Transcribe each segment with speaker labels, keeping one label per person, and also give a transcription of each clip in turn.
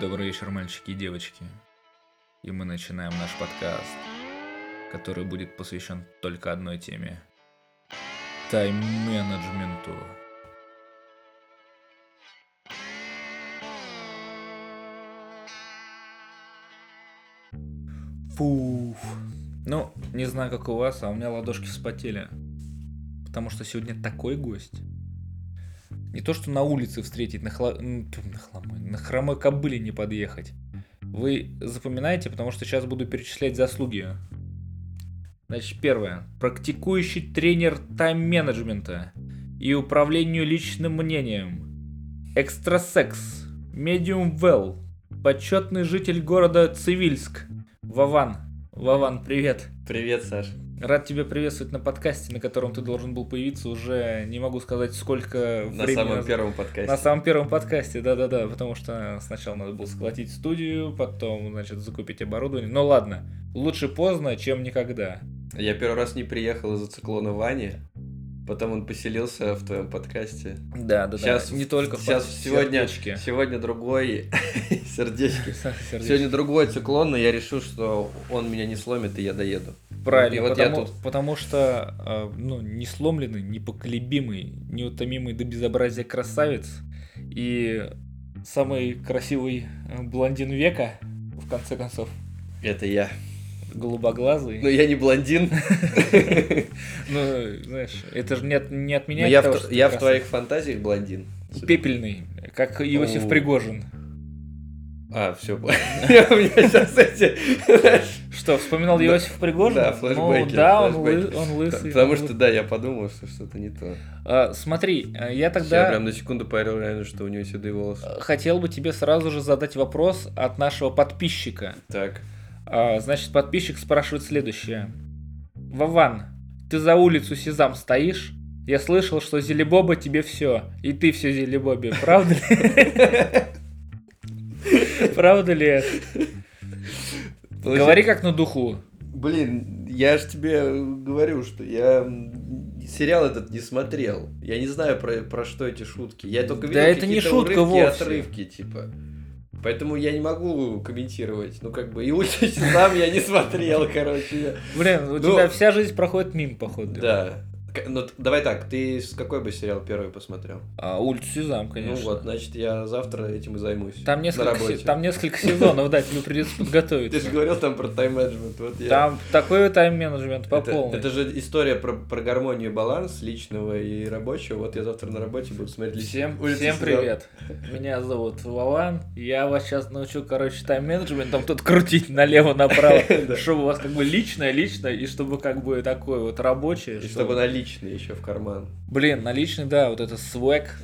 Speaker 1: Добрый вечер, мальчики и девочки. И мы начинаем наш подкаст, который будет посвящен только одной теме. Тайм-менеджменту. Фуф. Ну, не знаю, как у вас, а у меня ладошки вспотели. Потому что сегодня такой гость. Не то, что на улице встретить, на, хла... м, тьфу, на, хламы, на хромой кобыле не подъехать. Вы запоминаете, потому что сейчас буду перечислять заслуги. Значит, первое. Практикующий тренер тайм-менеджмента и управлению личным мнением. Экстрасекс. Медиум Well. Почетный житель города Цивильск. Вован. Вован, привет.
Speaker 2: Привет, Саш.
Speaker 1: Рад тебя приветствовать на подкасте, на котором ты должен был появиться уже, не могу сказать, сколько
Speaker 2: На
Speaker 1: времени
Speaker 2: самом
Speaker 1: назад.
Speaker 2: первом подкасте.
Speaker 1: На самом первом подкасте, да-да-да, потому что сначала надо было сколотить студию, потом, значит, закупить оборудование. Но ладно, лучше поздно, чем никогда.
Speaker 2: Я первый раз не приехал из-за циклона Вани, потом он поселился в твоем подкасте.
Speaker 1: Да, да,
Speaker 2: Сейчас-
Speaker 1: Не только в
Speaker 2: сейчас
Speaker 1: под-
Speaker 2: сегодня-
Speaker 1: сердечке.
Speaker 2: Сегодня другой... Сердечки.
Speaker 1: Сердечке.
Speaker 2: Сегодня другой циклон, но я решил, что он меня не сломит, и я доеду.
Speaker 1: Правильно,
Speaker 2: и вот я
Speaker 1: потому,
Speaker 2: тут.
Speaker 1: потому что э, ну, не сломленный, непоколебимый, неутомимый до безобразия красавец и самый красивый э, блондин века, в конце концов,
Speaker 2: Это я.
Speaker 1: голубоглазый.
Speaker 2: Но я не блондин.
Speaker 1: Ну, знаешь, это же не, от- не
Speaker 2: Но
Speaker 1: отменяет
Speaker 2: я
Speaker 1: того,
Speaker 2: в
Speaker 1: что
Speaker 2: тв-
Speaker 1: ты
Speaker 2: я в
Speaker 1: красавец.
Speaker 2: твоих фантазиях блондин.
Speaker 1: Пепельный, как Иосиф
Speaker 2: О.
Speaker 1: Пригожин.
Speaker 2: А, все. У меня сейчас эти... знаешь,
Speaker 1: Что, вспоминал Иосиф Пригожин?
Speaker 2: Да,
Speaker 1: Ну,
Speaker 2: флешбэки,
Speaker 1: да, он,
Speaker 2: флешбэки.
Speaker 1: лы- он лысый.
Speaker 2: Потому
Speaker 1: он
Speaker 2: что,
Speaker 1: лы-
Speaker 2: да, я подумал, что что-то не то.
Speaker 1: А, смотри, а, я
Speaker 2: Я
Speaker 1: тогда
Speaker 2: прям на секунду поверил реально, что у него седые волосы.
Speaker 1: э, хотел бы тебе сразу же задать вопрос от нашего подписчика.
Speaker 2: Так.
Speaker 1: А, значит, подписчик спрашивает следующее. Вован, ты за улицу Сезам стоишь? Я слышал, что Зелебоба тебе все, и ты все Зелебобе, правда ли? Правда ли это? Говори как на духу.
Speaker 2: Блин, я ж тебе говорю, что я м, сериал этот не смотрел. Я не знаю про, про что эти шутки. Я только
Speaker 1: Да
Speaker 2: видел
Speaker 1: это не
Speaker 2: какие-то
Speaker 1: шутка
Speaker 2: урывки и
Speaker 1: вовсе.
Speaker 2: отрывки, типа. Поэтому я не могу комментировать. Ну, как бы, и лучше сам я не смотрел, короче.
Speaker 1: Блин, у
Speaker 2: Ну,
Speaker 1: тебя вся жизнь проходит мимо, походу.
Speaker 2: Да. К- Ну, т- давай так, ты с- какой бы сериал первый посмотрел?
Speaker 1: А, улицу Сезам, конечно.
Speaker 2: Ну вот, значит, я завтра этим и займусь.
Speaker 1: Там
Speaker 2: На
Speaker 1: несколько, се-
Speaker 2: работе.
Speaker 1: там несколько сезонов, да, тебе придется
Speaker 2: Ты же
Speaker 1: подготовиться.
Speaker 2: говорил там про тайм-менеджмент. Вот я...
Speaker 1: Там такой тайм-менеджмент по
Speaker 2: это,
Speaker 1: полной.
Speaker 2: это же история про, про гармонию и баланс личного и рабочего. Вот я завтра на работе буду смотреть
Speaker 1: Всем,
Speaker 2: «Улицу
Speaker 1: всем
Speaker 2: Сезам».
Speaker 1: привет. Меня зовут Вован. Я вас сейчас научу, короче, тайм-менеджментом тут крутить налево-направо,
Speaker 2: Да.
Speaker 1: чтобы у вас как бы личное-личное, и чтобы как бы такое вот рабочее.
Speaker 2: И чтобы наличные еще в карман.
Speaker 1: Блин, наличный, да, вот это свек,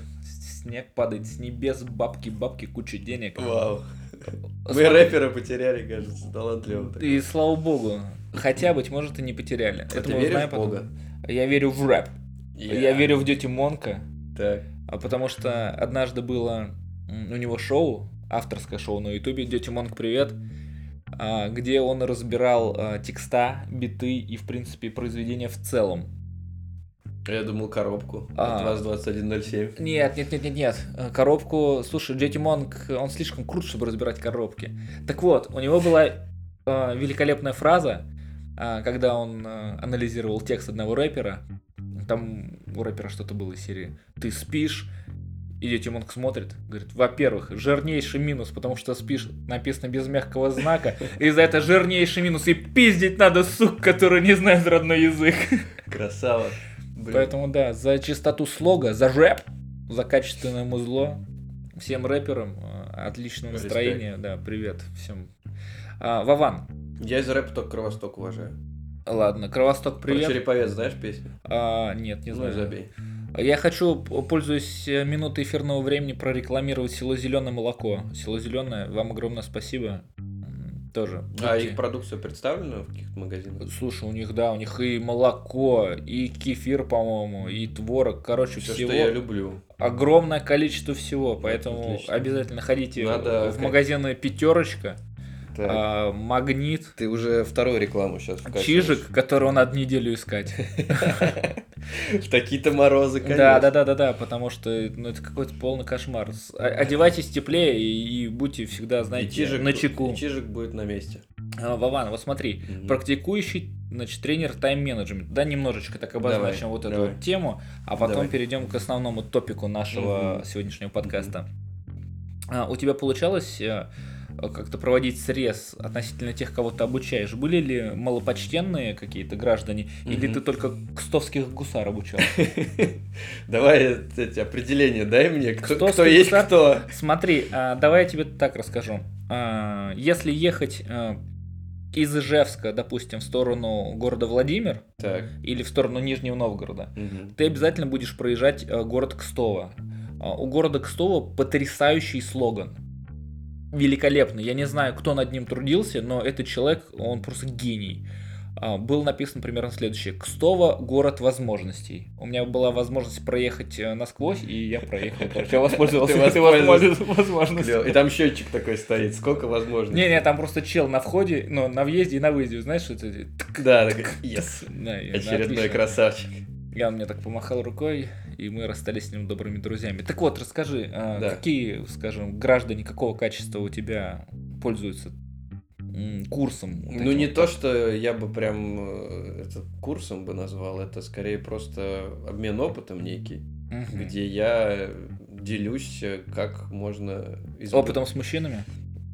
Speaker 1: снег падает с небес, бабки, бабки, куча денег.
Speaker 2: Вау. Мы
Speaker 1: Смотри,
Speaker 2: рэпера потеряли, кажется, талантливого. такого.
Speaker 1: И слава богу, хотя, быть может, и не потеряли.
Speaker 2: А ты
Speaker 1: мы
Speaker 2: веришь
Speaker 1: узнаем
Speaker 2: в
Speaker 1: потом.
Speaker 2: Бога?
Speaker 1: Я верю в рэп. Я
Speaker 2: Я-
Speaker 1: верю в Дети Монка,
Speaker 2: Так.
Speaker 1: а потому что однажды было м, у него шоу, авторское шоу на Ютубе Дети Монк Привет, а, где он разбирал а, текста, биты и, в принципе, произведения в целом.
Speaker 2: Я думал коробку.
Speaker 1: А.
Speaker 2: От вас 2107.
Speaker 1: Нет, нет, нет, нет, нет. э, Коробку. Слушай, Дети Монк, он слишком крут, чтобы разбирать коробки. Так вот, у него была э, великолепная фраза, а, когда он э, анализировал текст одного рэпера. Там у рэпера что-то было из серии «Ты спишь?» И Дети Монк смотрит, говорит, во-первых, жирнейший минус, потому что спишь написано без мягкого знака, и за это жирнейший минус, и пиздить надо сук, который не знает родной язык.
Speaker 2: Красава. Блин.
Speaker 1: Поэтому да, за чистоту слога, за рэп, за качественное музло. Всем рэперам э, отличного
Speaker 2: Респект.
Speaker 1: настроения. Да, привет всем. А, Вован,
Speaker 2: Я из рэпа только Кровосток уважаю.
Speaker 1: ладно, Кровосток,
Speaker 2: Про
Speaker 1: привет.
Speaker 2: Череповец знаешь песню?
Speaker 1: А, нет, не
Speaker 2: Ну
Speaker 1: знаю.
Speaker 2: и забей.
Speaker 1: Я хочу, п- пользуясь э, минутой эфирного времени, прорекламировать село Зеленое молоко. Село Зеленое, вам огромное спасибо. М, Тоже.
Speaker 2: А
Speaker 1: будьте-
Speaker 2: их продукция представлена в каких-то магазинах?
Speaker 1: Слушай, у них, да, у них и молоко, и кефир, по-моему, и творог, короче,
Speaker 2: Все,
Speaker 1: всего.
Speaker 2: что я люблю.
Speaker 1: огромное количество всего, поэтому
Speaker 2: Отлично.
Speaker 1: обязательно ходите
Speaker 2: Надо
Speaker 1: в
Speaker 2: как-
Speaker 1: магазины Пятерочка,
Speaker 2: Так.
Speaker 1: а, Магнит,
Speaker 2: Ты уже вторую рекламу сейчас
Speaker 1: Чижик, которого надо неделю искать.
Speaker 2: В такие-то морозы, конечно.
Speaker 1: Да, да, да, да, да, потому что ну, это какой-то полный кошмар. С- о- Одевайтесь теплее и, и будьте всегда, знаете,
Speaker 2: И Чижик-
Speaker 1: на чеку.
Speaker 2: и Чижик будет на месте.
Speaker 1: А, Вован, вот смотри,
Speaker 2: Мгм.
Speaker 1: практикующий значит, тренер тайм-менеджмент. Да, немножечко так
Speaker 2: Давай,
Speaker 1: обозначим вот эту
Speaker 2: давай.
Speaker 1: вот тему, а потом
Speaker 2: Давай.
Speaker 1: перейдем к основному топику нашего
Speaker 2: Мгм.
Speaker 1: сегодняшнего подкаста. А, у тебя получалось э, как-то проводить срез относительно тех, кого ты обучаешь? Были ли малопочтенные какие-то граждане, или
Speaker 2: Мгм.
Speaker 1: ты только кстовских гусар обучал?
Speaker 2: Давай эти определения дай мне, кто,
Speaker 1: Кто
Speaker 2: кто есть
Speaker 1: скрипка?
Speaker 2: кто.
Speaker 1: Смотри, а, давай я тебе так расскажу. А, Если ехать а, из Ижевска, допустим, в сторону города Владимир
Speaker 2: Так.
Speaker 1: или в сторону Нижнего Новгорода,
Speaker 2: Мгм.
Speaker 1: ты обязательно будешь проезжать э, город Кстово. А, У города Кстово потрясающий слоган. Великолепный. Я не знаю, кто над ним трудился, но этот человек, он просто гений. А, Был написан примерно следующее. Кстово – город возможностей. У меня была возможность проехать э, насквозь, и я проехал. короче. Я воспользовался
Speaker 2: Ты
Speaker 1: этой
Speaker 2: воспользовался.
Speaker 1: возможно- возможностью.
Speaker 2: Клево. И там счетчик такой стоит. Сколько возможно?
Speaker 1: Не-не, там просто чел на входе, но на въезде и на выезде, знаешь, что это...
Speaker 2: Да, такой, yes.
Speaker 1: Да, и- да,
Speaker 2: Очередной
Speaker 1: ну, отлично.
Speaker 2: красавчик.
Speaker 1: Я мне так помахал рукой, и мы расстались с ним добрыми друзьями. Так вот, расскажи, а,
Speaker 2: Да.
Speaker 1: какие, скажем, граждане какого качества у тебя пользуются м, курсом? вот
Speaker 2: Ну,
Speaker 1: этим
Speaker 2: не
Speaker 1: вот?
Speaker 2: то, что я бы прям э, это курсом бы назвал, это скорее просто обмен опытом некий,
Speaker 1: Мгм.
Speaker 2: где я делюсь, э, как можно...
Speaker 1: С
Speaker 2: из-
Speaker 1: Опытом с мужчинами?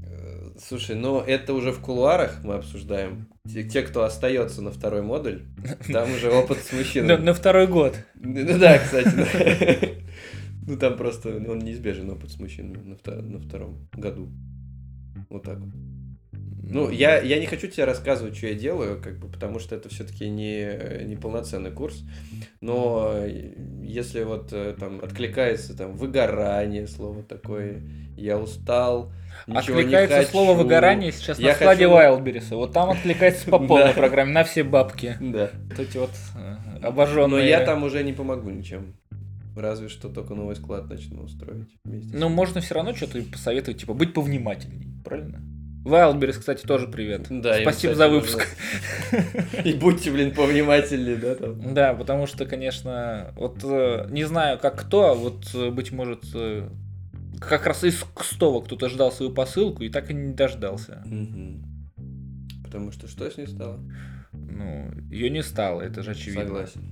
Speaker 2: Э, Слушай, ну это уже в кулуарах мы обсуждаем. Те, те, кто остается на второй модуль, там уже опыт с
Speaker 1: На,
Speaker 2: мужчинами.
Speaker 1: на второй год.
Speaker 2: Ну ну да, кстати. да. Ну там просто, ну, он неизбежен опыт с мужчинами на вто- на втором году. Вот так вот. Ну, я, я не хочу тебе рассказывать, что я делаю, как бы, потому что это все-таки не, не полноценный курс. Но э, если вот э, там откликается там выгорание, слово такое, я устал, ничего не
Speaker 1: Откликается
Speaker 2: хочу.
Speaker 1: слово выгорание сейчас
Speaker 2: Я
Speaker 1: на складе
Speaker 2: хочу-
Speaker 1: Вайлдберриса. Вот там откликается по полной
Speaker 2: Да.
Speaker 1: программе, на все бабки.
Speaker 2: Да.
Speaker 1: Вот эти вот э,
Speaker 2: Но
Speaker 1: обожженные.
Speaker 2: я там уже не помогу ничем. Разве что только новый склад начну устроить вместе.
Speaker 1: Ну, можно все равно что-то посоветовать, типа, быть повнимательней, правильно? Вайлдберрис, кстати, тоже привет.
Speaker 2: Да, им,
Speaker 1: Спасибо
Speaker 2: кстати,
Speaker 1: за выпуск.
Speaker 2: нужно- И будьте, блин, повнимательнее, да, там.
Speaker 1: Да, потому что, конечно, вот э, не знаю, как кто, а вот, э, быть может, э, как раз из Кстова кто-то ждал свою посылку и так и не дождался.
Speaker 2: Мгм. Потому что что с ней стало?
Speaker 1: Ну, ее не стало, это же очевидно.
Speaker 2: Согласен.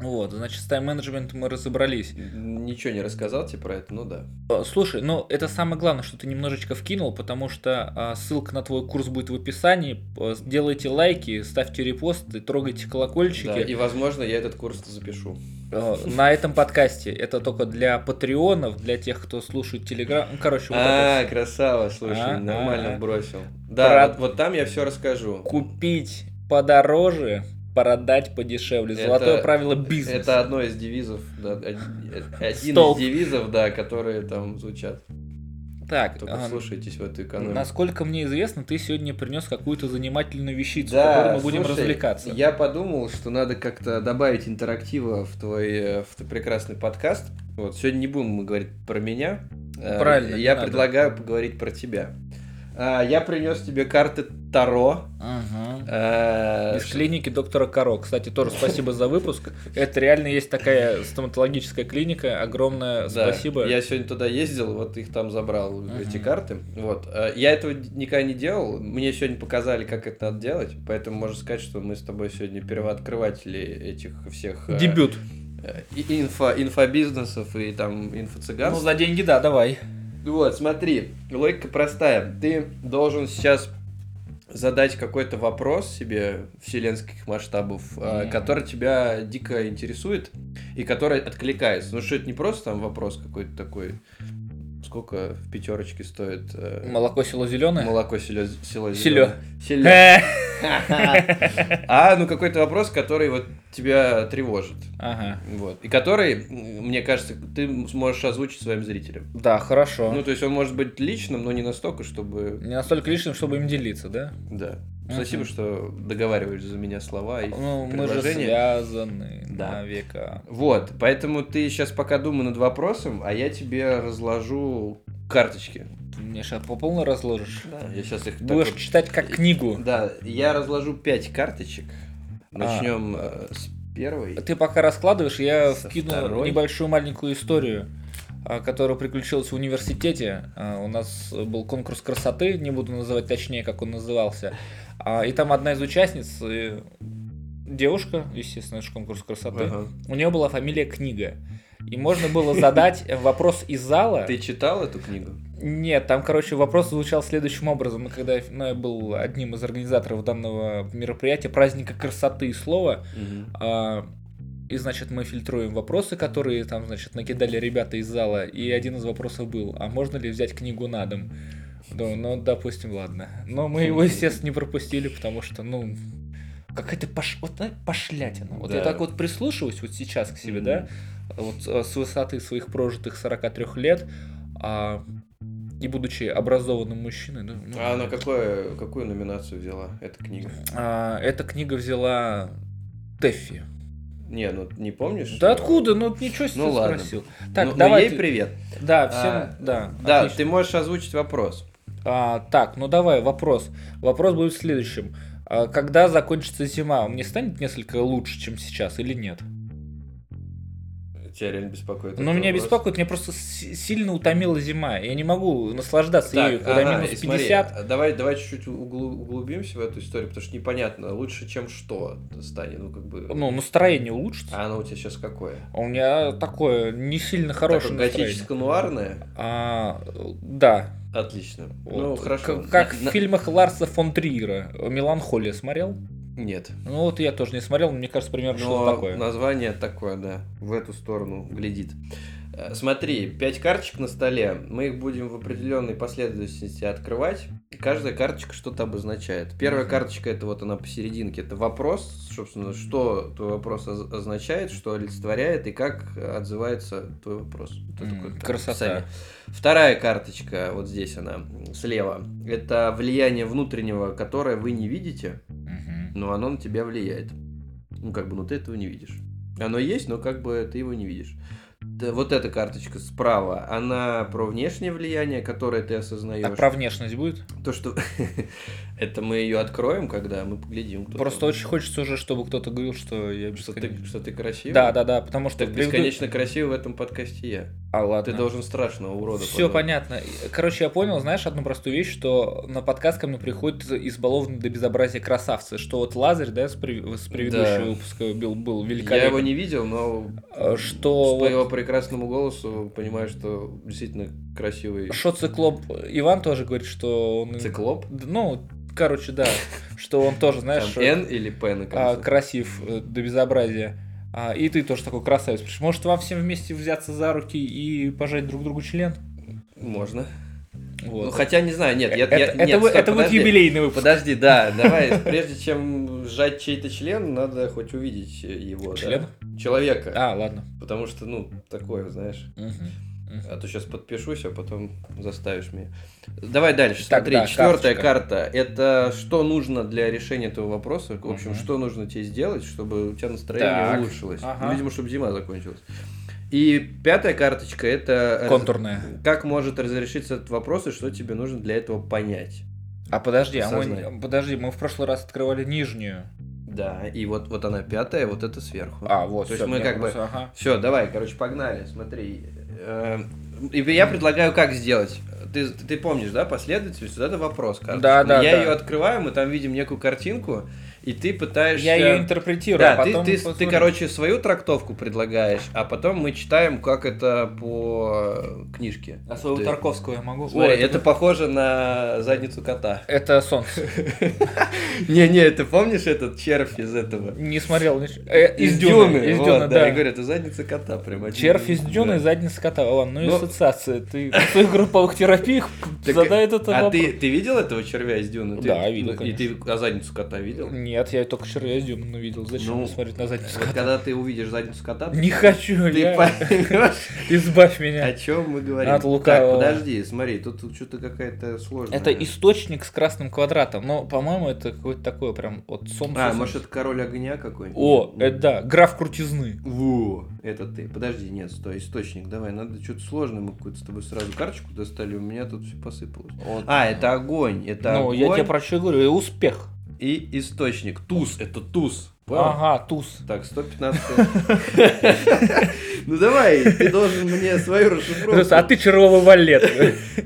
Speaker 1: Вот, значит, с тайм-менеджментом мы разобрались.
Speaker 2: Ничего не рассказал тебе про это, ну да.
Speaker 1: Э, Слушай, ну это самое главное, что ты немножечко вкинул, потому что а, ссылка на твой курс будет в описании. П- Делайте лайки, ставьте репосты, трогайте колокольчики.
Speaker 2: Да, и, возможно, я этот курс запишу.
Speaker 1: Э, На этом подкасте это только для патреонов, для тех, кто слушает Телеграм. Ну, Короче, вот это
Speaker 2: А, красава, слушай,
Speaker 1: А, а,
Speaker 2: нормально
Speaker 1: а.
Speaker 2: бросил. Да,
Speaker 1: Брат.
Speaker 2: вот- вот там я все расскажу.
Speaker 1: купить подороже, продать подешевле.
Speaker 2: Это-
Speaker 1: Золотое правило бизнеса.
Speaker 2: Это одно из девизов, да, од- э, один
Speaker 1: Столб.
Speaker 2: из девизов, да, которые там звучат.
Speaker 1: Так,
Speaker 2: Только
Speaker 1: а,
Speaker 2: вслушайтесь в эту экономику.
Speaker 1: насколько мне известно, ты сегодня принес какую-то занимательную вещицу,
Speaker 2: Да,
Speaker 1: которой мы будем
Speaker 2: слушай,
Speaker 1: развлекаться.
Speaker 2: Я подумал, что надо как-то добавить интерактива в твой, э, в твой прекрасный подкаст. Вот сегодня не будем мы говорить про меня. Э,
Speaker 1: Правильно, не
Speaker 2: Я
Speaker 1: надо.
Speaker 2: предлагаю поговорить про тебя. А, Я принес тебе карты Таро.
Speaker 1: Ага.
Speaker 2: Э,
Speaker 1: Из клиники доктора Каро. Кстати, тоже спасибо за выпуск. Это реально есть такая стоматологическая клиника. Огромное
Speaker 2: Да,
Speaker 1: спасибо.
Speaker 2: Я сегодня туда ездил, вот их там забрал,
Speaker 1: Мгм.
Speaker 2: эти карты. Вот. Э, Я этого д- никогда не делал. Мне сегодня показали, как это надо делать. Поэтому можно сказать, что мы с тобой сегодня первооткрыватели этих всех... э,
Speaker 1: Дебют.
Speaker 2: э, и- инфо, инфобизнесов и там
Speaker 1: Ну,
Speaker 2: инфо-цыганств.
Speaker 1: за деньги, да, давай.
Speaker 2: Вот, смотри, логика простая. Ты должен сейчас задать какой-то вопрос себе вселенских масштабов, а,
Speaker 1: Мгм.
Speaker 2: который тебя дико интересует и который откликается. Ну что это не просто там вопрос какой-то такой, сколько в пятерочке стоит э,
Speaker 1: Молоко село зеленое.
Speaker 2: молоко селё, село
Speaker 1: Селё.
Speaker 2: зелёное? Селё. А, ну какой-то вопрос, который вот тебя тревожит.
Speaker 1: Ага.
Speaker 2: Вот. И который, м, мне кажется, ты сможешь озвучить своим зрителям.
Speaker 1: Да, хорошо.
Speaker 2: Ну, то есть он может быть личным, но не настолько, чтобы...
Speaker 1: Не настолько лишним, чтобы им делиться, да?
Speaker 2: Да.
Speaker 1: Мгм.
Speaker 2: Спасибо, что договариваешь за меня слова и
Speaker 1: Ну, мы же
Speaker 2: предложения.
Speaker 1: связаны
Speaker 2: Да.
Speaker 1: на века.
Speaker 2: Вот, поэтому ты сейчас пока думай над вопросом, а я тебе разложу карточки.
Speaker 1: Ты мне сейчас по полной разложишь.
Speaker 2: Я сейчас их... так
Speaker 1: Будешь
Speaker 2: вот-
Speaker 1: читать как книгу. А.
Speaker 2: Да, я разложу пять карточек. Начнем э, с первой.
Speaker 1: Ты пока раскладываешь, я
Speaker 2: Со
Speaker 1: вкину
Speaker 2: второй?
Speaker 1: небольшую маленькую историю, а, которая приключилась в университете. А, У нас был конкурс красоты, не буду называть точнее, как он назывался. А, И там одна из участниц, э, девушка, естественно, это же конкурс красоты,
Speaker 2: Ага.
Speaker 1: у нее была фамилия Книга. И можно было задать вопрос из зала.
Speaker 2: Ты читал эту книгу?
Speaker 1: Нет, там, короче, вопрос звучал следующим образом. И Когда я, ну, я был одним из организаторов данного мероприятия, праздника красоты и слова,
Speaker 2: Мгм.
Speaker 1: а, И, значит, мы фильтруем вопросы, которые там, значит, накидали ребята из зала. И один из вопросов был, а можно ли взять книгу на дом? Да, ну, допустим, ладно. Но мы его, естественно, не пропустили, потому что, ну, какая-то пош... вот, знаешь, пошлятина. Вот я
Speaker 2: Да.
Speaker 1: так вот прислушиваюсь вот сейчас к себе, да, вот э, с высоты своих прожитых 43 лет, а, и будучи образованным мужчиной, да, ну,
Speaker 2: А она какое, какую номинацию взяла, эта книга?
Speaker 1: а, эта книга взяла Тэффи.
Speaker 2: Не, ну не помнишь?
Speaker 1: Да откуда? Ну ничего себе
Speaker 2: Ну ладно.
Speaker 1: спросил. Так,
Speaker 2: Так, ну,
Speaker 1: давай.
Speaker 2: ей
Speaker 1: ты-
Speaker 2: привет.
Speaker 1: Да, всем.
Speaker 2: А,
Speaker 1: да.
Speaker 2: Да,
Speaker 1: отлично.
Speaker 2: ты можешь озвучить вопрос.
Speaker 1: А, так, ну давай, вопрос. Вопрос будет в следующем. А, когда закончится зима, мне станет несколько лучше, чем сейчас, или нет?
Speaker 2: Тебя реально беспокоит.
Speaker 1: Но
Speaker 2: этот
Speaker 1: Ну, меня
Speaker 2: вопрос?
Speaker 1: беспокоит, меня просто с- сильно утомила зима. Я не могу наслаждаться ею,
Speaker 2: Так,
Speaker 1: когда
Speaker 2: ага, и
Speaker 1: минус
Speaker 2: смотри, а,
Speaker 1: 50.
Speaker 2: давай, давай чуть-чуть углу- углубимся в эту историю, потому что непонятно, лучше, чем что станет, ну как бы.
Speaker 1: Ну, настроение улучшится.
Speaker 2: А оно у тебя сейчас какое?
Speaker 1: А У меня такое не сильно хорошее
Speaker 2: Такое
Speaker 1: настроение.
Speaker 2: готическо-нуарное?
Speaker 1: А, да.
Speaker 2: Отлично. ну,
Speaker 1: Вот.
Speaker 2: хорошо.
Speaker 1: К- Как
Speaker 2: На-
Speaker 1: в фильмах Ларса фон Триера. «Меланхолия» смотрел?
Speaker 2: Нет.
Speaker 1: Ну вот я тоже не смотрел, но мне кажется, примерно что-то
Speaker 2: Но
Speaker 1: такое.
Speaker 2: название такое, да, в эту сторону глядит. Э, Смотри, пять карточек на столе, мы их будем в определенной последовательности открывать. И Каждая карточка что-то обозначает. Первая
Speaker 1: Мгм.
Speaker 2: карточка, это вот она посерединке, это вопрос, собственно, что твой вопрос оз- означает, что олицетворяет и как отзывается твой вопрос. Вот это
Speaker 1: М,
Speaker 2: такое
Speaker 1: красота.
Speaker 2: описание. Вторая карточка, вот здесь она, м, слева, это влияние внутреннего, которое вы не видите,
Speaker 1: Мгм.
Speaker 2: но оно на тебя влияет. Ну, как бы, ну ты этого не видишь. Оно есть, но как бы ты его не видишь. Т- Вот эта карточка справа, она про внешнее влияние, которое ты осознаешь.
Speaker 1: А про внешность будет?
Speaker 2: То, что... Это мы ее откроем, когда мы поглядим. кто
Speaker 1: Просто
Speaker 2: там.
Speaker 1: очень хочется уже, чтобы кто-то говорил, что я
Speaker 2: Что
Speaker 1: бесконечно-
Speaker 2: ты, что ты красивый?
Speaker 1: Да, да, да, потому что
Speaker 2: Так бесконечно красивый в этом подкасте я.
Speaker 1: А ладно.
Speaker 2: Ты должен страшного урода.
Speaker 1: Все
Speaker 2: подумать.
Speaker 1: понятно. Короче, я понял, знаешь, одну простую вещь, что на подкаст ко мне приходят избалованные до безобразия красавцы, что вот Лазарь, да, с, прев- с предыдущего
Speaker 2: Да.
Speaker 1: выпуска был, был
Speaker 2: Я его
Speaker 1: великолепен.
Speaker 2: не видел, но
Speaker 1: Э, Что
Speaker 2: по
Speaker 1: вот-
Speaker 2: его прекрасному голосу понимаю, что действительно красивый
Speaker 1: Шо циклоп Иван тоже говорит, что он...
Speaker 2: циклоп.
Speaker 1: Д- Ну, короче, да, что он тоже,
Speaker 2: Там
Speaker 1: знаешь, что-
Speaker 2: Н или П на
Speaker 1: а,
Speaker 2: конце.
Speaker 1: красив э, до безобразия. А, и ты тоже такой красавец. Приш- Может, вам всем вместе взяться за руки и пожать друг другу член?
Speaker 2: Можно.
Speaker 1: Вот.
Speaker 2: Ну, хотя не знаю, нет, я,
Speaker 1: это
Speaker 2: я-
Speaker 1: это
Speaker 2: нет,
Speaker 1: вы-
Speaker 2: стоп,
Speaker 1: это будет
Speaker 2: подожди.
Speaker 1: юбилейный выпуск.
Speaker 2: Подожди, да, давай, прежде чем сжать чей-то член, надо хоть увидеть его, да.
Speaker 1: Член?
Speaker 2: Человека,
Speaker 1: А, ладно.
Speaker 2: потому что, ну, такое, знаешь,
Speaker 1: Мгм. Мгм.
Speaker 2: а то сейчас подпишусь, а потом заставишь меня. Давай дальше,
Speaker 1: Так,
Speaker 2: смотри,
Speaker 1: да,
Speaker 2: четвертая
Speaker 1: карточка.
Speaker 2: карта, это что нужно для решения этого вопроса, в общем,
Speaker 1: Мгм.
Speaker 2: что нужно тебе сделать, чтобы у тебя настроение
Speaker 1: Так.
Speaker 2: улучшилось,
Speaker 1: Ага.
Speaker 2: Ну, видимо, чтобы зима закончилась. И пятая карточка, это... раз-
Speaker 1: Контурная.
Speaker 2: Как может разрешиться этот вопрос и что тебе нужно для этого понять?
Speaker 1: А подожди, а мы,
Speaker 2: Сознание.
Speaker 1: подожди, мы в прошлый раз открывали нижнюю.
Speaker 2: Да, и вот, вот она пятая, вот это сверху.
Speaker 1: А, вот.
Speaker 2: То есть
Speaker 1: всё,
Speaker 2: мы
Speaker 1: мне
Speaker 2: как бы-
Speaker 1: кажется, ага.
Speaker 2: Все, давай, короче, погнали, смотри. Э, и Я предлагаю, как сделать. Ты, ты помнишь, да, последовательность? Вот это вопрос, карточка.
Speaker 1: Да, да,
Speaker 2: Я
Speaker 1: да.
Speaker 2: ее открываю, мы там видим некую картинку, и ты пытаешься...
Speaker 1: Я ее интерпретирую,
Speaker 2: Да,
Speaker 1: а потом
Speaker 2: ты, ты, ты,
Speaker 1: посмотрим.
Speaker 2: короче, свою трактовку предлагаешь, а потом мы читаем, как это по э, книжке.
Speaker 1: А своего
Speaker 2: Ты-
Speaker 1: Тарковского я могу?
Speaker 2: Смотри,
Speaker 1: Ой,
Speaker 2: это похоже на задницу кота.
Speaker 1: Это солнце.
Speaker 2: Не-не, ты помнишь этот червь из этого?
Speaker 1: Не смотрел. нич- Э, Из
Speaker 2: Дюны,
Speaker 1: дюны. Из
Speaker 2: вот,
Speaker 1: дюны,
Speaker 2: да.
Speaker 1: да.
Speaker 2: Я говорю, это задница кота прям. один
Speaker 1: Червь из
Speaker 2: да.
Speaker 1: дюны и задница кота. Ладно, ну и
Speaker 2: Ну-
Speaker 1: ассоциация. Ты в своих групповых терапиях
Speaker 2: Так,
Speaker 1: задает это
Speaker 2: А
Speaker 1: вопрос.
Speaker 2: ты, ты видел этого червя из дюны? Ты-
Speaker 1: Да, видел,
Speaker 2: ну, И ты а задницу кота видел?
Speaker 1: Нет, я только червя из дюны увидел. Зачем
Speaker 2: Ну,
Speaker 1: мне смотреть на задницу
Speaker 2: Вот
Speaker 1: кота?
Speaker 2: когда ты увидишь задницу кота,
Speaker 1: Не хочу,
Speaker 2: ты
Speaker 1: я...
Speaker 2: поймешь,
Speaker 1: избавь
Speaker 2: о
Speaker 1: меня.
Speaker 2: чем мы говорим.
Speaker 1: От лукавого.
Speaker 2: Так, подожди, смотри, тут что-то какая-то сложная. А,
Speaker 1: Это источник с красным квадратом, но, по-моему, это какое-то такое прям от солнца.
Speaker 2: А, может, ну, это король огня какой-нибудь?
Speaker 1: О, это да, граф крутизны.
Speaker 2: Во, это ты. Подожди, нет, стой, источник, давай, надо что-то сложное, мы какую-то с тобой сразу карточку достали, у меня тут все посыпалось. А, это огонь, это
Speaker 1: Ну,
Speaker 2: огонь
Speaker 1: я тебе про что говорю, и успех.
Speaker 2: и источник. Туз, это туз. Понял?
Speaker 1: Ага, туз.
Speaker 2: Так, 115. Ну давай, ты должен мне свою расшифровку.
Speaker 1: Просто, А ты червовый валет.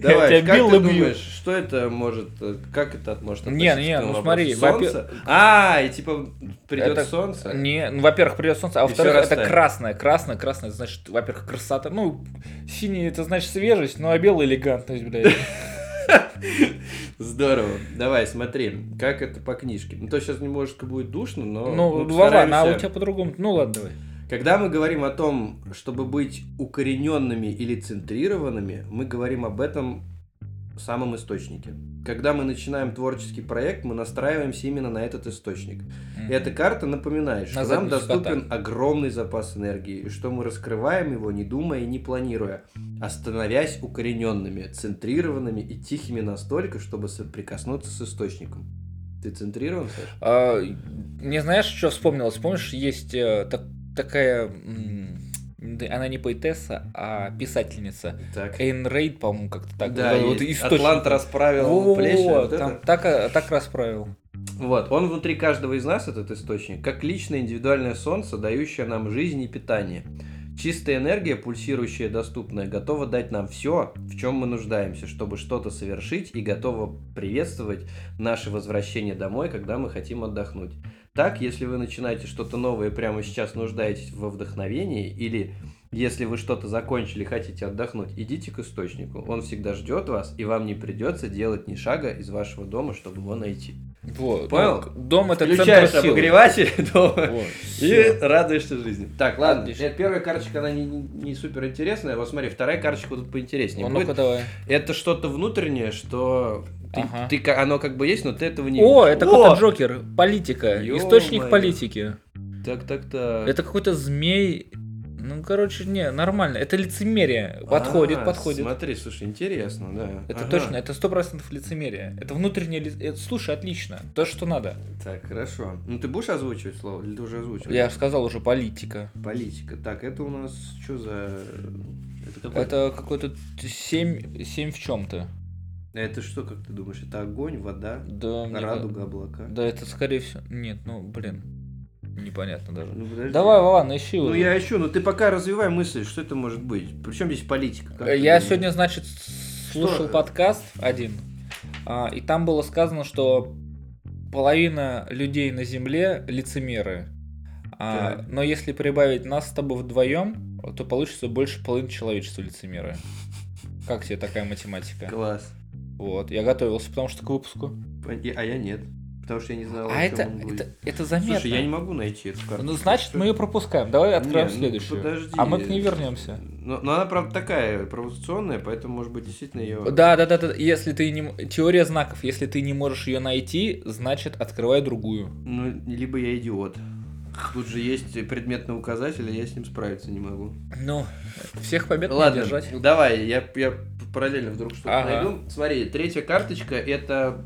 Speaker 2: Давай,
Speaker 1: тебя
Speaker 2: как
Speaker 1: бил
Speaker 2: ты
Speaker 1: и бью.
Speaker 2: думаешь, что это может, э, как это может
Speaker 1: Не,
Speaker 2: относиться
Speaker 1: не,
Speaker 2: к этому
Speaker 1: ну
Speaker 2: вопросу?
Speaker 1: смотри,
Speaker 2: солнце? А, и типа придет
Speaker 1: Это-
Speaker 2: солнце?
Speaker 1: Не, ну, во-первых, придет солнце, а
Speaker 2: И
Speaker 1: во-вторых,
Speaker 2: всё
Speaker 1: это
Speaker 2: растает.
Speaker 1: красное. Красное, красное, это значит, во-первых, красота. Ну, синий, это значит свежесть, ну, а белый элегантность, блядь.
Speaker 2: Здорово. Давай, смотри, как это по книжке. Ну, то сейчас немножко будет душно, но
Speaker 1: Ну, Вован, а
Speaker 2: мы
Speaker 1: у
Speaker 2: постараемся.
Speaker 1: тебя по-другому. Ну, ладно, давай.
Speaker 2: Когда мы говорим о том, чтобы быть укорененными или центрированными, мы говорим об этом в самом источнике. Когда мы начинаем творческий проект, мы настраиваемся именно на этот источник. И эта карта напоминает, что
Speaker 1: На
Speaker 2: нам
Speaker 1: задницу кота.
Speaker 2: доступен огромный запас энергии, и что мы раскрываем его, не думая и не планируя, а становясь укорененными, центрированными и тихими настолько, чтобы соприкоснуться с источником. Ты центрирован, Саш?
Speaker 1: А, Не знаешь, что вспомнилось? Помнишь, есть э, так- такая... м, да, Она не поэтесса, а писательница.
Speaker 2: Так.
Speaker 1: Эйн Рейд, по-моему, как-то так.
Speaker 2: да,
Speaker 1: Вот это
Speaker 2: и
Speaker 1: вот источник.
Speaker 2: Атлант расправил
Speaker 1: Во-во-во,
Speaker 2: плечи. вот это.
Speaker 1: там так, э, так расправил.
Speaker 2: Вот, он внутри каждого из нас, этот источник, как личное индивидуальное солнце, дающее нам жизнь и питание. Чистая энергия, пульсирующая и доступная, готова дать нам все, в чем мы нуждаемся, чтобы что-то совершить и готова приветствовать наше возвращение домой, когда мы хотим отдохнуть. Так, если вы начинаете что-то новое и прямо сейчас нуждаетесь во вдохновении, или если вы что-то закончили и хотите отдохнуть, идите к источнику. Он всегда ждет вас, и вам не придется делать ни шага из вашего дома, чтобы его найти.
Speaker 1: Вот.
Speaker 2: Понял?
Speaker 1: Ну, Дом это
Speaker 2: Включаешь
Speaker 1: центр силы.
Speaker 2: обогреватель дома
Speaker 1: Вот,
Speaker 2: и
Speaker 1: всё.
Speaker 2: радуешься жизни. Так, ладно.
Speaker 1: Отлично.
Speaker 2: Нет, первая карточка, она не, супер интересная. Вот смотри, вторая карточка тут поинтереснее.
Speaker 1: Ну,
Speaker 2: будет.
Speaker 1: ну-ка давай.
Speaker 2: Это что-то внутреннее, что ты-
Speaker 1: Ага.
Speaker 2: ты, ка- оно как бы есть, но ты этого не
Speaker 1: О,
Speaker 2: видишь.
Speaker 1: это какой-то Джокер. Политика.
Speaker 2: Ё-моё.
Speaker 1: Источник политики.
Speaker 2: Так, так, так.
Speaker 1: Это какой-то змей. Ну, короче, не, нормально. Это лицемерие. Подходит,
Speaker 2: А,
Speaker 1: подходит.
Speaker 2: Смотри, слушай, интересно, да.
Speaker 1: Это
Speaker 2: Ага.
Speaker 1: точно, это сто процентов лицемерие. Это внутреннее ли- это, слушай, отлично. То, что надо.
Speaker 2: Так, хорошо. Ну ты будешь озвучивать слово или ты уже озвучил?
Speaker 1: Я же сказал уже политика.
Speaker 2: Политика. Так, это у нас что за... Это, какой-
Speaker 1: Это какой-то т- семь, семь в чем-то.
Speaker 2: это что, как ты думаешь? Это огонь, вода,
Speaker 1: Да, мне ка-
Speaker 2: радуга, облака?
Speaker 1: Да, это скорее всего. Нет, ну блин. Непонятно даже.
Speaker 2: Ну, подожди.
Speaker 1: Давай, Вован, ищи
Speaker 2: Ну
Speaker 1: уже.
Speaker 2: я ищу, но ты пока развивай мысль, что это может быть. Причем здесь политика? Как ты
Speaker 1: Я
Speaker 2: думаешь?
Speaker 1: сегодня, значит, слушал
Speaker 2: Что?
Speaker 1: подкаст один, а, и там было сказано, что половина людей на Земле лицемеры. А,
Speaker 2: Так.
Speaker 1: но если прибавить нас с тобой вдвоем, то получится больше половины человечества лицемеры. Как тебе такая математика?
Speaker 2: Класс.
Speaker 1: Вот, я готовился, потому что к выпуску.
Speaker 2: Пон- и- А я нет. Потому что я не знал,
Speaker 1: А
Speaker 2: о чем
Speaker 1: это,
Speaker 2: он будет.
Speaker 1: это, это заметно.
Speaker 2: Слушай, я не могу найти эту карту.
Speaker 1: Ну, значит,
Speaker 2: Что
Speaker 1: мы ее пропускаем. Давай откроем
Speaker 2: Не, ну,
Speaker 1: следующую.
Speaker 2: подожди.
Speaker 1: А мы к ней вернемся.
Speaker 2: Но, но она, правда, такая провокационная, поэтому, может быть, действительно ее...
Speaker 1: Э, Да, да, да, да. Если ты не м- теория знаков, если ты не можешь ее найти, значит открывай другую.
Speaker 2: Ну, либо я идиот. Тут же есть предметный указатель, и я с ним справиться не могу.
Speaker 1: Ну, всех побед не
Speaker 2: Ладно,
Speaker 1: держать.
Speaker 2: давай, я, я параллельно вдруг что-то
Speaker 1: Ага.
Speaker 2: найду. Смотри, третья карточка — это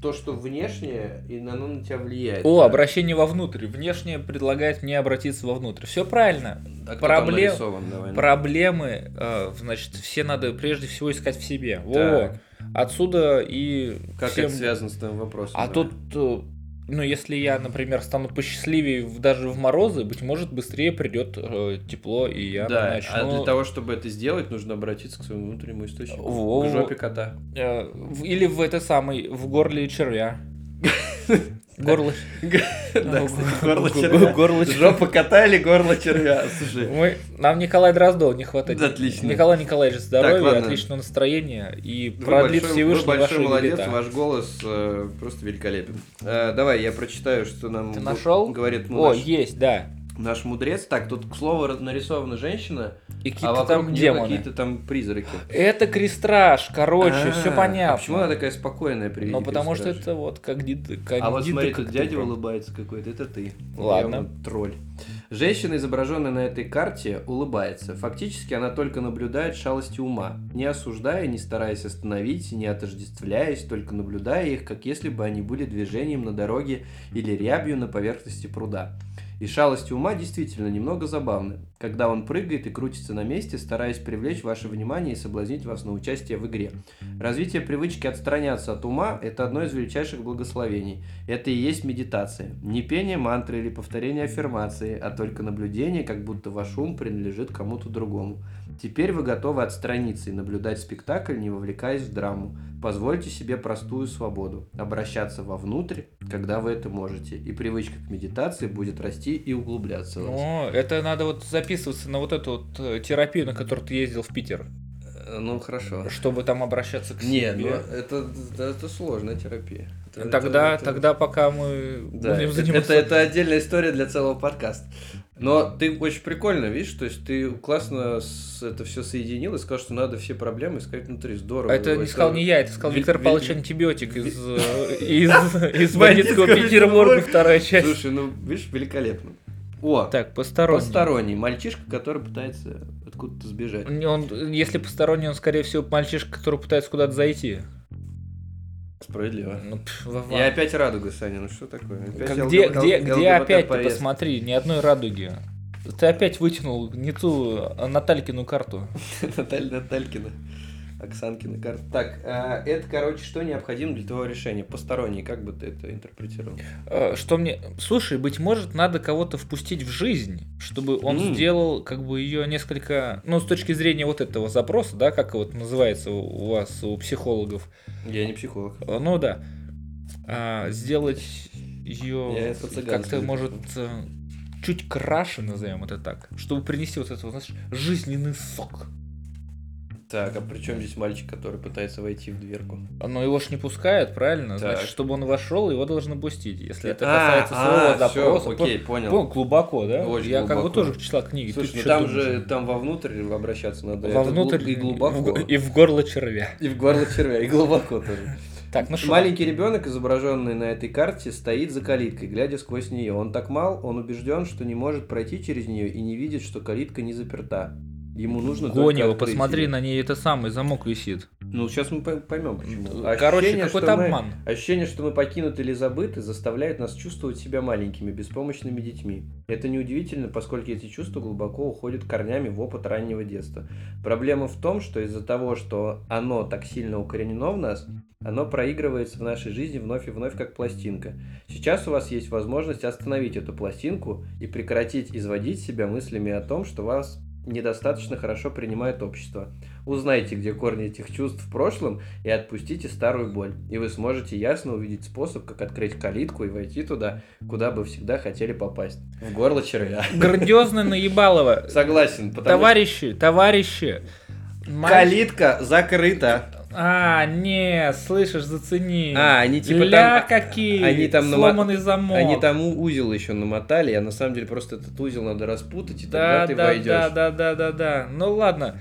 Speaker 2: то, что внешнее, и оно на тебя влияет.
Speaker 1: О, обращение вовнутрь. Внешне предлагает мне обратиться вовнутрь. Все правильно.
Speaker 2: А кто там
Speaker 1: Проблем-
Speaker 2: нарисован? Давай, ну.
Speaker 1: Проблемы, э, значит, все надо прежде всего искать в себе. Во.
Speaker 2: Так.
Speaker 1: Отсюда и
Speaker 2: Как
Speaker 1: всем-
Speaker 2: это связано с твоим вопросом?
Speaker 1: А
Speaker 2: да?
Speaker 1: тут, э, ну, если я, например, стану посчастливее в- даже в морозы, быть может, быстрее придет э, тепло, и я
Speaker 2: Да,
Speaker 1: начну...
Speaker 2: а для того, чтобы это сделать, нужно обратиться к своему внутреннему источнику.
Speaker 1: Во.
Speaker 2: К жопе кота.
Speaker 1: Э, в- Или в это самый, в горле червя. Горло.
Speaker 2: Да,
Speaker 1: Ну,
Speaker 2: кстати,
Speaker 1: г-
Speaker 2: горло
Speaker 1: г-
Speaker 2: червя.
Speaker 1: Горло червя.
Speaker 2: Жопа кота или горло червя? Слушай,
Speaker 1: Мы, нам Николай Дроздов не хватает.
Speaker 2: Отлично.
Speaker 1: Николай Николаевич,
Speaker 2: Так,
Speaker 1: здоровья,
Speaker 2: ладно.
Speaker 1: отличного настроения и
Speaker 2: вы
Speaker 1: продлит
Speaker 2: большой-
Speaker 1: Всевышний
Speaker 2: вы большой
Speaker 1: ваши
Speaker 2: молодец,
Speaker 1: лета.
Speaker 2: ваш голос э, просто великолепен. Э, давай, я прочитаю, что нам
Speaker 1: Ты
Speaker 2: гу-
Speaker 1: нашел?
Speaker 2: говорит ну,
Speaker 1: О,
Speaker 2: наш,
Speaker 1: есть, да.
Speaker 2: наш мудрец. Так, тут, к слову, ра- нарисована женщина,
Speaker 1: И
Speaker 2: а
Speaker 1: какие-то
Speaker 2: вокруг
Speaker 1: там
Speaker 2: нее
Speaker 1: демоны.
Speaker 2: какие-то там призраки.
Speaker 1: Это крестраж, короче,
Speaker 2: А,
Speaker 1: все
Speaker 2: а
Speaker 1: понятно.
Speaker 2: Почему она такая спокойная при
Speaker 1: Ну,
Speaker 2: виде
Speaker 1: потому что
Speaker 2: персонажа?
Speaker 1: это вот как дид- как
Speaker 2: А вот
Speaker 1: дид-
Speaker 2: смотри,
Speaker 1: как
Speaker 2: тут дядя
Speaker 1: дид-
Speaker 2: улыбается какой-то, это ты.
Speaker 1: Ладно.
Speaker 2: Явно тролль. Женщина, изображенная на этой карте, улыбается. Фактически она только наблюдает шалости ума, не осуждая, не стараясь остановить, не отождествляясь, только наблюдая их, как если бы они были движением на дороге или рябью на поверхности пруда. И шалости ума действительно немного забавны, когда он прыгает и крутится на месте, стараясь привлечь ваше внимание и соблазнить вас на участие в игре. Развитие привычки отстраняться от ума – это одно из величайших благословений. Это и есть медитация. Не пение мантры или повторение аффирмации, а только наблюдение, как будто ваш ум принадлежит кому-то другому. Теперь вы готовы отстраниться и наблюдать спектакль, не вовлекаясь в драму. Позвольте себе простую свободу, обращаться вовнутрь, когда вы это можете, и привычка к медитации будет расти и углубляться. в вас.
Speaker 1: О, Ну, это надо вот записываться на вот эту вот э, терапию, на которую ты ездил в Питер,
Speaker 2: Э, Ну, хорошо.
Speaker 1: чтобы там обращаться к
Speaker 2: Не, ну
Speaker 1: себе.
Speaker 2: это, это, это сложная терапия. Это-
Speaker 1: Тогда,
Speaker 2: это-
Speaker 1: тогда пока мы
Speaker 2: Да,
Speaker 1: э, будем
Speaker 2: это,
Speaker 1: заниматься...
Speaker 2: это отдельная история для целого подкаста. Но ты очень прикольно, видишь, то есть ты классно с- это все соединил и сказал, что надо все проблемы искать внутри. Здорово.
Speaker 1: Это не сказал не я, это сказал
Speaker 2: Ви-
Speaker 1: Виктор
Speaker 2: ви-
Speaker 1: Павлович Антибиотик из, э, из, из
Speaker 2: Бандитского
Speaker 1: бандитского
Speaker 2: Петербурга.
Speaker 1: Петербурга, вторая часть.
Speaker 2: Слушай, ну, видишь, великолепно. О,
Speaker 1: Так, посторонний.
Speaker 2: посторонний. Мальчишка, который пытается откуда-то сбежать.
Speaker 1: Он, если посторонний, он, скорее всего, мальчишка, который пытается куда-то зайти.
Speaker 2: Справедливо.
Speaker 1: Ну, пф, Вова.
Speaker 2: Я опять радуга, Саня, ну что такое? Опять
Speaker 1: Как
Speaker 2: ЛГБТ
Speaker 1: где, где, где
Speaker 2: ЛГБТ
Speaker 1: опять ты
Speaker 2: повестка.
Speaker 1: посмотри, ни одной радуги. Ты опять вытянул не ту а, Наталькину карту.
Speaker 2: Наталья Наталькина. Оксанкина карта. Так, а, это, короче, что необходимо для твоего решения? Посторонний, как бы ты это интерпретировал?
Speaker 1: Э, Что мне. Слушай, быть может, надо кого-то впустить в жизнь, чтобы он
Speaker 2: М.
Speaker 1: сделал, как бы, ее несколько. Ну, с точки зрения вот этого запроса, да, как вот называется у- у вас, у психологов.
Speaker 2: Я не психолог.
Speaker 1: Э, Ну да. А, сделать
Speaker 2: Я
Speaker 1: ее
Speaker 2: это цыган
Speaker 1: как-то,
Speaker 2: слышу.
Speaker 1: может, э, чуть краше, назовем это так, чтобы принести вот этот, вот, знаешь, жизненный сок.
Speaker 2: Так, а при чем здесь мальчик, который пытается войти в дверку?
Speaker 1: Но его ж не пускают, правильно?
Speaker 2: Так.
Speaker 1: Значит, чтобы он вошел, его должны пустить. Если это
Speaker 2: А,
Speaker 1: касается своего
Speaker 2: а,
Speaker 1: запроса.
Speaker 2: всё,
Speaker 1: Пон-
Speaker 2: окей, понял.
Speaker 1: Понял, глубоко, да?
Speaker 2: Очень
Speaker 1: Я как бы
Speaker 2: глубоко.
Speaker 1: тоже читал книги.
Speaker 2: Слушай,
Speaker 1: ты
Speaker 2: ну
Speaker 1: чё
Speaker 2: там
Speaker 1: думаешь?
Speaker 2: же, там вовнутрь обращаться надо. это
Speaker 1: вовнутрь
Speaker 2: глуб- и глубоко.
Speaker 1: в г- и в горло червя.
Speaker 2: И в горло червя, и глубоко тоже.
Speaker 1: Так, ну что?
Speaker 2: Маленький ребенок, изображенный на этой карте, стоит за калиткой, глядя сквозь нее. Он так мал, он убежден, что не может пройти через нее и не видит, что калитка не заперта. Ему нужно
Speaker 1: Гонь
Speaker 2: только
Speaker 1: его,
Speaker 2: открыть
Speaker 1: посмотри,
Speaker 2: её.
Speaker 1: на ней это самый замок висит.
Speaker 2: Ну, сейчас мы поймем, почему.
Speaker 1: Короче,
Speaker 2: Ну, Ощущение,
Speaker 1: какой-то
Speaker 2: что мы-
Speaker 1: обман.
Speaker 2: Ощущение, что мы покинуты или забыты, заставляет нас чувствовать себя маленькими, беспомощными детьми. Это неудивительно, поскольку эти чувства глубоко уходят корнями в опыт раннего детства. Проблема в том, что из-за того, что оно так сильно укоренено в нас, оно проигрывается в нашей жизни вновь и вновь как пластинка. Сейчас у вас есть возможность остановить эту пластинку и прекратить изводить себя мыслями о том, что вас недостаточно хорошо принимает общество. Узнайте, где корни этих чувств в прошлом и отпустите старую боль, и вы сможете ясно увидеть способ, как открыть калитку и войти туда, куда бы всегда хотели попасть. В горло червя.
Speaker 1: Грандиозно наебалово.
Speaker 2: Согласен, потому
Speaker 1: Товарищи, товарищи.
Speaker 2: что
Speaker 1: мальчики-
Speaker 2: калитка закрыта.
Speaker 1: А, не, слышишь, зацени.
Speaker 2: А, они типа
Speaker 1: Ля
Speaker 2: там...
Speaker 1: какие,
Speaker 2: они там нама-
Speaker 1: сломанный замок.
Speaker 2: Они там у- узел еще намотали, а на самом деле просто этот узел надо распутать, и
Speaker 1: да,
Speaker 2: тогда ты
Speaker 1: да,
Speaker 2: войдешь.
Speaker 1: да, да, да, да, да. Ну ладно.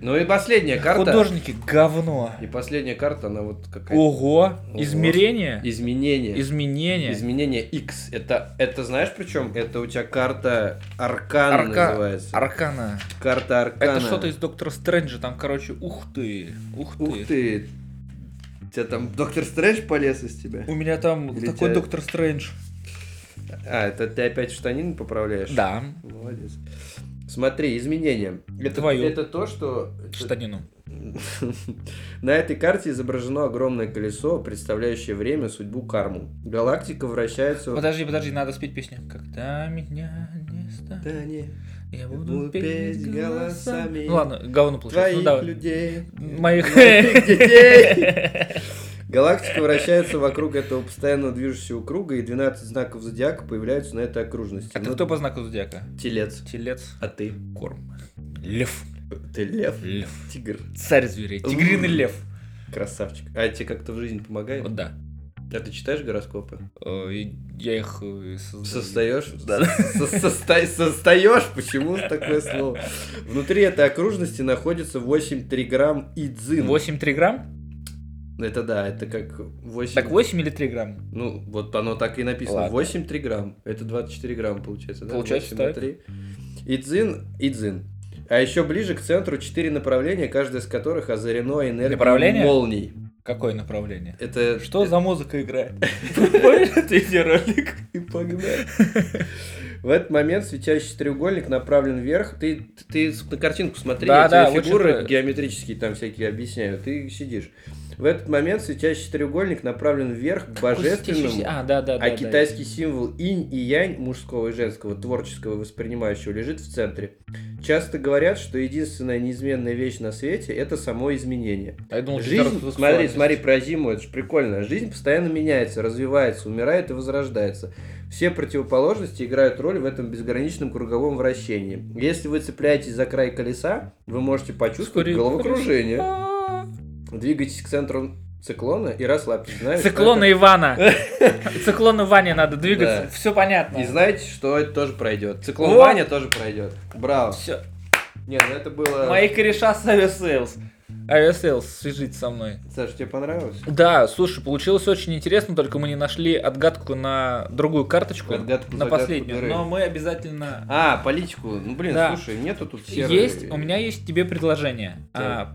Speaker 2: Ну и последняя карта.
Speaker 1: Художники говно.
Speaker 2: И последняя карта, она вот какая-то...
Speaker 1: Ого,
Speaker 2: Ого.
Speaker 1: измерение,
Speaker 2: Изменение.
Speaker 1: изменение.
Speaker 2: Изменение X. Это, это знаешь, причем это у тебя карта Аркан
Speaker 1: Арка-
Speaker 2: называется.
Speaker 1: Аркана.
Speaker 2: Карта Аркана.
Speaker 1: Это что-то из Доктора Стрэнджа, там, короче, ух ты, ух ты.
Speaker 2: Ух ты! У тебя там Доктор Стрэндж полез из тебя?
Speaker 1: У меня там
Speaker 2: Или
Speaker 1: такой
Speaker 2: тебя-
Speaker 1: Доктор Стрэндж.
Speaker 2: А, это ты опять штанин поправляешь?
Speaker 1: Да,
Speaker 2: Молодец. Смотри, изменения. Это,
Speaker 1: Твою.
Speaker 2: это то, что...
Speaker 1: штанину.
Speaker 2: э, На этой карте изображено огромное колесо, представляющее время, судьбу, карму. Галактика вращается...
Speaker 1: Подожди, подожди, надо спеть песню. Когда меня не станет,
Speaker 2: Да не,
Speaker 1: я
Speaker 2: буду
Speaker 1: буду
Speaker 2: Э, петь
Speaker 1: петь голосами.
Speaker 2: голосами
Speaker 1: Ну ладно, говно получилось.
Speaker 2: твоих
Speaker 1: Ну давай.
Speaker 2: людей.
Speaker 1: Моих
Speaker 2: детей. Галактика вращается вокруг этого постоянно движущего круга, и 12 знаков зодиака появляются на этой окружности.
Speaker 1: А ты
Speaker 2: Ну,
Speaker 1: кто по знаку зодиака?
Speaker 2: Телец.
Speaker 1: Телец,
Speaker 2: А ты?
Speaker 1: корм. Лев,
Speaker 2: Ты лев.
Speaker 1: лев.
Speaker 2: Тигр.
Speaker 1: Царь зверей, тигриный
Speaker 2: Ух.
Speaker 1: лев.
Speaker 2: Красавчик. А тебе как-то в жизни помогает?
Speaker 1: Вот Да.
Speaker 2: А ты читаешь гороскопы?
Speaker 1: Э, и Я их э, создаю.
Speaker 2: Состаешь? Состоешь? Почему такое слово? Внутри этой окружности находится 8 триграмм и дзин.
Speaker 1: 8-3 грамм?
Speaker 2: Это да, это как 8...
Speaker 1: Так 8 или 3 грамм?
Speaker 2: Ну, вот оно так и написано.
Speaker 1: Ладно.
Speaker 2: 8 триграмм. Это 24 грамма получается, да?
Speaker 1: Получается
Speaker 2: 8 на
Speaker 1: так.
Speaker 2: 3. И дзин, и дзин. А еще ближе к центру 4 направления, каждое из которых озарено энергией
Speaker 1: Направление?
Speaker 2: молний.
Speaker 1: Какое направление?
Speaker 2: Это
Speaker 1: Что за музыка играет? Помнишь этот видеоролик?
Speaker 2: И погнали. В этот момент светящийся треугольник направлен вверх. Ты, ты на картинку смотри,
Speaker 1: Да,
Speaker 2: я тебе
Speaker 1: да, вот
Speaker 2: фигуры
Speaker 1: что-то-
Speaker 2: геометрические там всякие объясняю. Ты сидишь. В этот момент светящийся треугольник направлен вверх к божественному.
Speaker 1: А, да, да, да.
Speaker 2: А
Speaker 1: да.
Speaker 2: китайский символ инь и янь мужского и женского, творческого и воспринимающего, лежит в центре. Часто говорят, что единственная неизменная вещь на свете – это само изменение.
Speaker 1: А я думал,
Speaker 2: Жизнь,
Speaker 1: литература
Speaker 2: смотри,
Speaker 1: сексуальность.
Speaker 2: смотри, про зиму, это же прикольно. Жизнь постоянно меняется, развивается, умирает и возрождается. Все противоположности играют роль в этом безграничном круговом вращении. Если вы цепляетесь за край колеса, вы можете почувствовать
Speaker 1: Скорее
Speaker 2: головокружение.
Speaker 1: А,
Speaker 2: Двигайтесь к центру циклона и расслабьтесь. Знаешь, что
Speaker 1: Циклона Ивана. Циклону Ване надо двигаться.
Speaker 2: Да.
Speaker 1: Все
Speaker 2: это- И
Speaker 1: понятно.
Speaker 2: знаете, что это тоже пройдет. Циклон
Speaker 1: Вот.
Speaker 2: Ваня тоже пройдет. Браво.
Speaker 1: Все.
Speaker 2: Нет, ну это было...
Speaker 1: Мои кореша с авиасейлс. Авиасейлс, свяжитесь со мной.
Speaker 2: Саш, тебе понравилось?
Speaker 1: Да, слушай, получилось очень интересно, только мы не нашли отгадку на другую карточку.
Speaker 2: Отгадку,
Speaker 1: на
Speaker 2: загадку
Speaker 1: последнюю.
Speaker 2: дыры.
Speaker 1: Но мы обязательно
Speaker 2: А, политику. Ну, блин,
Speaker 1: Да.
Speaker 2: слушай, нету тут серой-
Speaker 1: Есть, у меня есть тебе предложение.
Speaker 2: Да.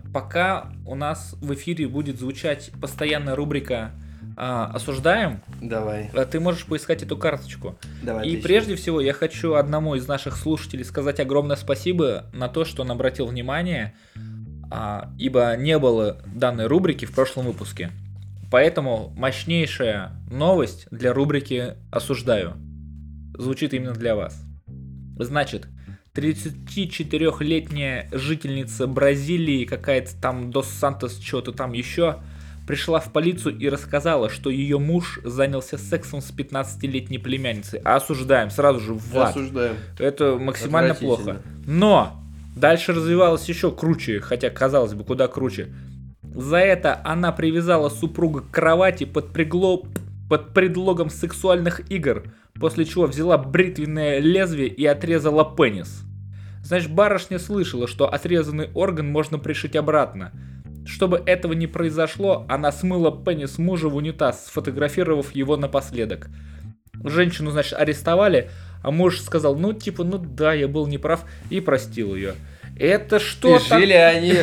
Speaker 1: А, пока у нас в эфире будет звучать постоянная рубрика а, «Осуждаем»,
Speaker 2: Давай,
Speaker 1: а ты можешь поискать эту карточку.
Speaker 2: давай.
Speaker 1: И
Speaker 2: ты
Speaker 1: прежде всего я хочу одному из наших слушателей сказать огромное спасибо на то, что он обратил внимание, а, ибо не было данной рубрики в прошлом выпуске. Поэтому мощнейшая новость для рубрики «Осуждаю» звучит именно для вас. Значит, 34-летняя жительница Бразилии, какая-то там Дос Сантос, что-то там еще, пришла в полицию и рассказала, что ее муж занялся сексом с 15-летней племянницей. А Осуждаем, сразу же в ад.
Speaker 2: Осуждаем.
Speaker 1: Это максимально
Speaker 2: Отвратительно.
Speaker 1: плохо. Но дальше развивалось еще круче, хотя казалось бы куда круче. За это она привязала супруга к кровати под, пригло- под предлогом сексуальных игр, после чего взяла бритвенное лезвие и отрезала пенис. Значит, барышня слышала, что отрезанный орган можно пришить обратно. Чтобы этого не произошло, она смыла пенис мужа в унитаз, сфотографировав его напоследок. Женщину, значит, арестовали, а муж сказал, ну, типа, ну да, я был неправ, и простил ее. Это что
Speaker 2: И жили они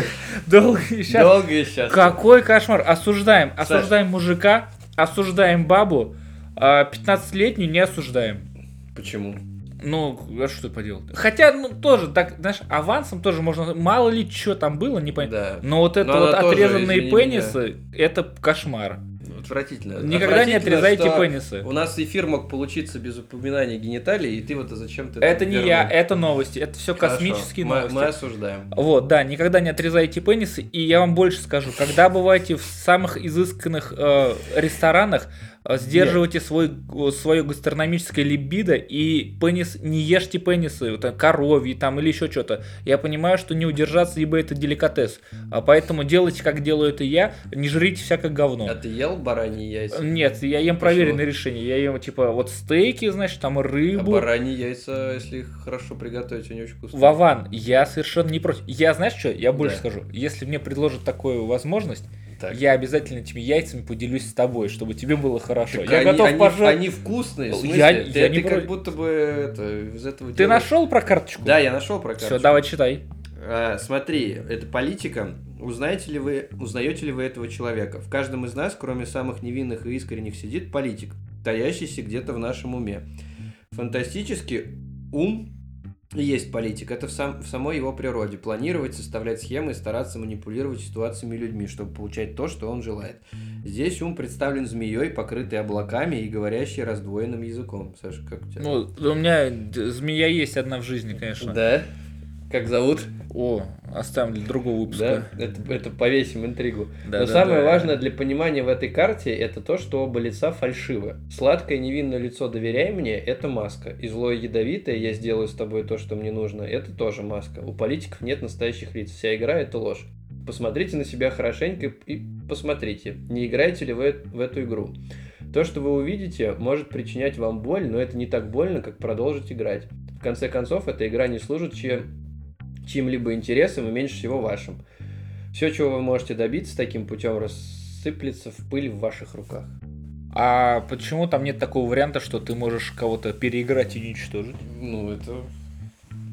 Speaker 1: Долго и счастливо.
Speaker 2: долго и счастливо.
Speaker 1: Какой кошмар! Осуждаем, осуждаем мужика, осуждаем бабу, а 15-летнюю не осуждаем.
Speaker 2: Почему?
Speaker 1: Ну, а что поделать? Хотя, ну, тоже, так, знаешь, авансом тоже можно, мало ли что там было, не понятно.
Speaker 2: Да.
Speaker 1: Но вот это
Speaker 2: Но
Speaker 1: вот
Speaker 2: она тоже,
Speaker 1: отрезанные
Speaker 2: извини
Speaker 1: пенисы, это кошмар.
Speaker 2: Отвратительно.
Speaker 1: Никогда не типа,
Speaker 2: Отвратительно,
Speaker 1: отрезайте
Speaker 2: что
Speaker 1: пенисы.
Speaker 2: У нас эфир мог получиться без упоминания гениталий, и ты вот зачем-то...
Speaker 1: Это не я,
Speaker 2: вернул.
Speaker 1: это новости, это все
Speaker 2: Хорошо,
Speaker 1: космические
Speaker 2: мы-
Speaker 1: новости.
Speaker 2: Мы осуждаем.
Speaker 1: Вот, да, никогда не отрезайте пенисы, и я вам больше скажу, когда бываете в самых изысканных э, ресторанах, э, сдерживайте свой, э, свое гастрономическое либидо и пенис, не ешьте пенисы, вот, э, коровьи там или еще что-то. Я понимаю, что не удержаться, ибо это деликатес, а поэтому делайте, как делаю это я, не жрите всякое говно.
Speaker 2: А ты ел бараньи яйца?
Speaker 1: Нет, я ем
Speaker 2: Почему?
Speaker 1: проверенное решение, я ем типа вот стейки, значит, там
Speaker 2: А
Speaker 1: рыбу.
Speaker 2: бараньи яйца, если их хорошо приготовить, они очень вкусные.
Speaker 1: Вован, я совершенно не против. Я, знаешь что, я больше
Speaker 2: Да.
Speaker 1: скажу. Если мне предложат такую возможность,
Speaker 2: Так.
Speaker 1: я обязательно этими яйцами поделюсь с тобой, чтобы тебе было хорошо.
Speaker 2: Так
Speaker 1: я
Speaker 2: они,
Speaker 1: готов
Speaker 2: они-
Speaker 1: пожать.
Speaker 2: Они вкусные, в
Speaker 1: Я-
Speaker 2: смысле?
Speaker 1: я
Speaker 2: ты
Speaker 1: не
Speaker 2: ты
Speaker 1: про-
Speaker 2: как будто бы это, из этого
Speaker 1: Ты
Speaker 2: делаешь.
Speaker 1: нашел про карточку?
Speaker 2: Да, я нашел про
Speaker 1: Все,
Speaker 2: карточку.
Speaker 1: давай читай.
Speaker 2: А, Смотри, это политика. Узнаете ли вы, узнаете ли вы этого человека? В каждом из нас, кроме самых невинных и искренних, сидит политик, таящийся где-то в нашем уме. Фантастически ум и есть политик. Это в, сам- в самой его природе. Планировать, составлять схемы, и стараться манипулировать ситуациями и людьми, чтобы получать то, что он желает. Здесь ум представлен змеей, покрытой облаками и говорящей раздвоенным языком. Саша, как у тебя?
Speaker 1: Ну, у меня д- змея есть одна в жизни, конечно.
Speaker 2: да. Как зовут?
Speaker 1: О, оставим для другого выпуска.
Speaker 2: Да, это, это повесим интригу.
Speaker 1: Да,
Speaker 2: Но
Speaker 1: да,
Speaker 2: самое
Speaker 1: да.
Speaker 2: важное для понимания в этой карте это то, что оба лица фальшивы. Сладкое невинное лицо «доверяй мне» — это маска. И злое ядовитое «я сделаю с тобой то, что мне нужно» — это тоже маска. У политиков нет настоящих лиц. Вся игра — это ложь. Посмотрите на себя хорошенько и посмотрите, не играете ли вы в эту игру. То, что вы увидите, может причинять вам боль, но это не так больно, как продолжить играть. В конце концов, эта игра не служит чем, чьим-либо интересам и меньше всего вашим. Все, чего вы можете добиться таким путем, рассыплется в пыль в ваших руках.
Speaker 1: А почему там нет такого варианта, что ты можешь кого-то переиграть и уничтожить?
Speaker 2: Ну, это...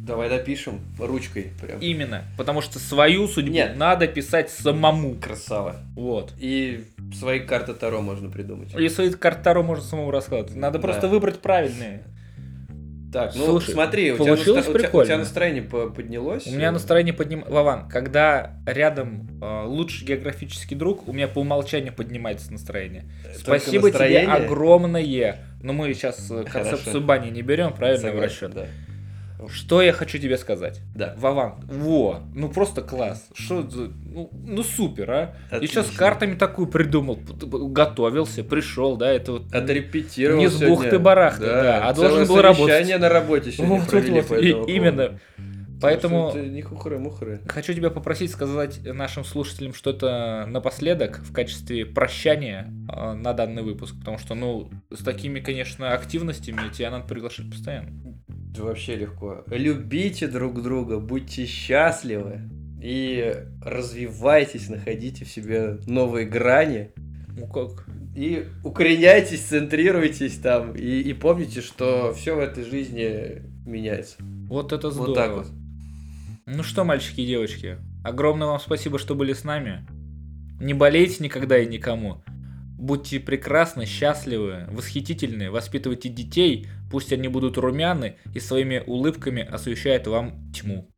Speaker 2: Давай допишем ручкой прям.
Speaker 1: Именно. Потому что свою судьбу
Speaker 2: Нет.
Speaker 1: надо писать самому.
Speaker 2: Красава.
Speaker 1: Вот.
Speaker 2: И свои карты Таро можно придумать.
Speaker 1: И свои карты Таро можно самому раскладывать. Надо
Speaker 2: Да.
Speaker 1: просто выбрать правильные.
Speaker 2: Так, ну
Speaker 1: Слушай,
Speaker 2: смотри, у тебя,
Speaker 1: получилось
Speaker 2: наста- у тебя- у тебя
Speaker 1: прикольно.
Speaker 2: настроение по- поднялось. Э,
Speaker 1: У меня настроение подним... Вован, когда рядом э, лучший географический друг, у меня по умолчанию поднимается настроение.
Speaker 2: Только
Speaker 1: Спасибо
Speaker 2: настроение?
Speaker 1: тебе огромное. Но мы сейчас э,
Speaker 2: Хорошо.
Speaker 1: концепцию бани не берем, правильно, в
Speaker 2: Согласен,
Speaker 1: расчет.
Speaker 2: Да.
Speaker 1: Что я хочу тебе сказать?
Speaker 2: Да.
Speaker 1: Вован, во, ну просто класс. Что за- ну, ну супер, а? Еще с
Speaker 2: Отлично.
Speaker 1: картами такую придумал, п- п- готовился, пришел, да, это вот...
Speaker 2: Отрепетировал
Speaker 1: Не с
Speaker 2: сегодня.
Speaker 1: бухты-барахты, да, а
Speaker 2: целое
Speaker 1: должен был работать.
Speaker 2: совещание на работе сегодня
Speaker 1: Вот, вот,
Speaker 2: провели
Speaker 1: вот,
Speaker 2: по
Speaker 1: и-
Speaker 2: этому поводу.
Speaker 1: именно. Поэтому
Speaker 2: Слушай, это не хухры-мухры.
Speaker 1: хочу тебя попросить сказать нашим слушателям что-то напоследок в качестве прощания э, на данный выпуск, потому что, ну, с такими, конечно, активностями тебя надо приглашать постоянно.
Speaker 2: Да вообще легко. Любите друг друга, будьте счастливы и развивайтесь, находите в себе новые грани
Speaker 1: Ну как?
Speaker 2: и укореняйтесь, центрируйтесь там и, и помните, что все в этой жизни меняется.
Speaker 1: Вот это здорово.
Speaker 2: Вот так вот.
Speaker 1: Ну что, мальчики и девочки, огромное вам спасибо, что были с нами. Не болейте никогда и никому. Будьте прекрасны, счастливы, восхитительны, воспитывайте детей, пусть они будут румяны и своими улыбками освещают вам тьму.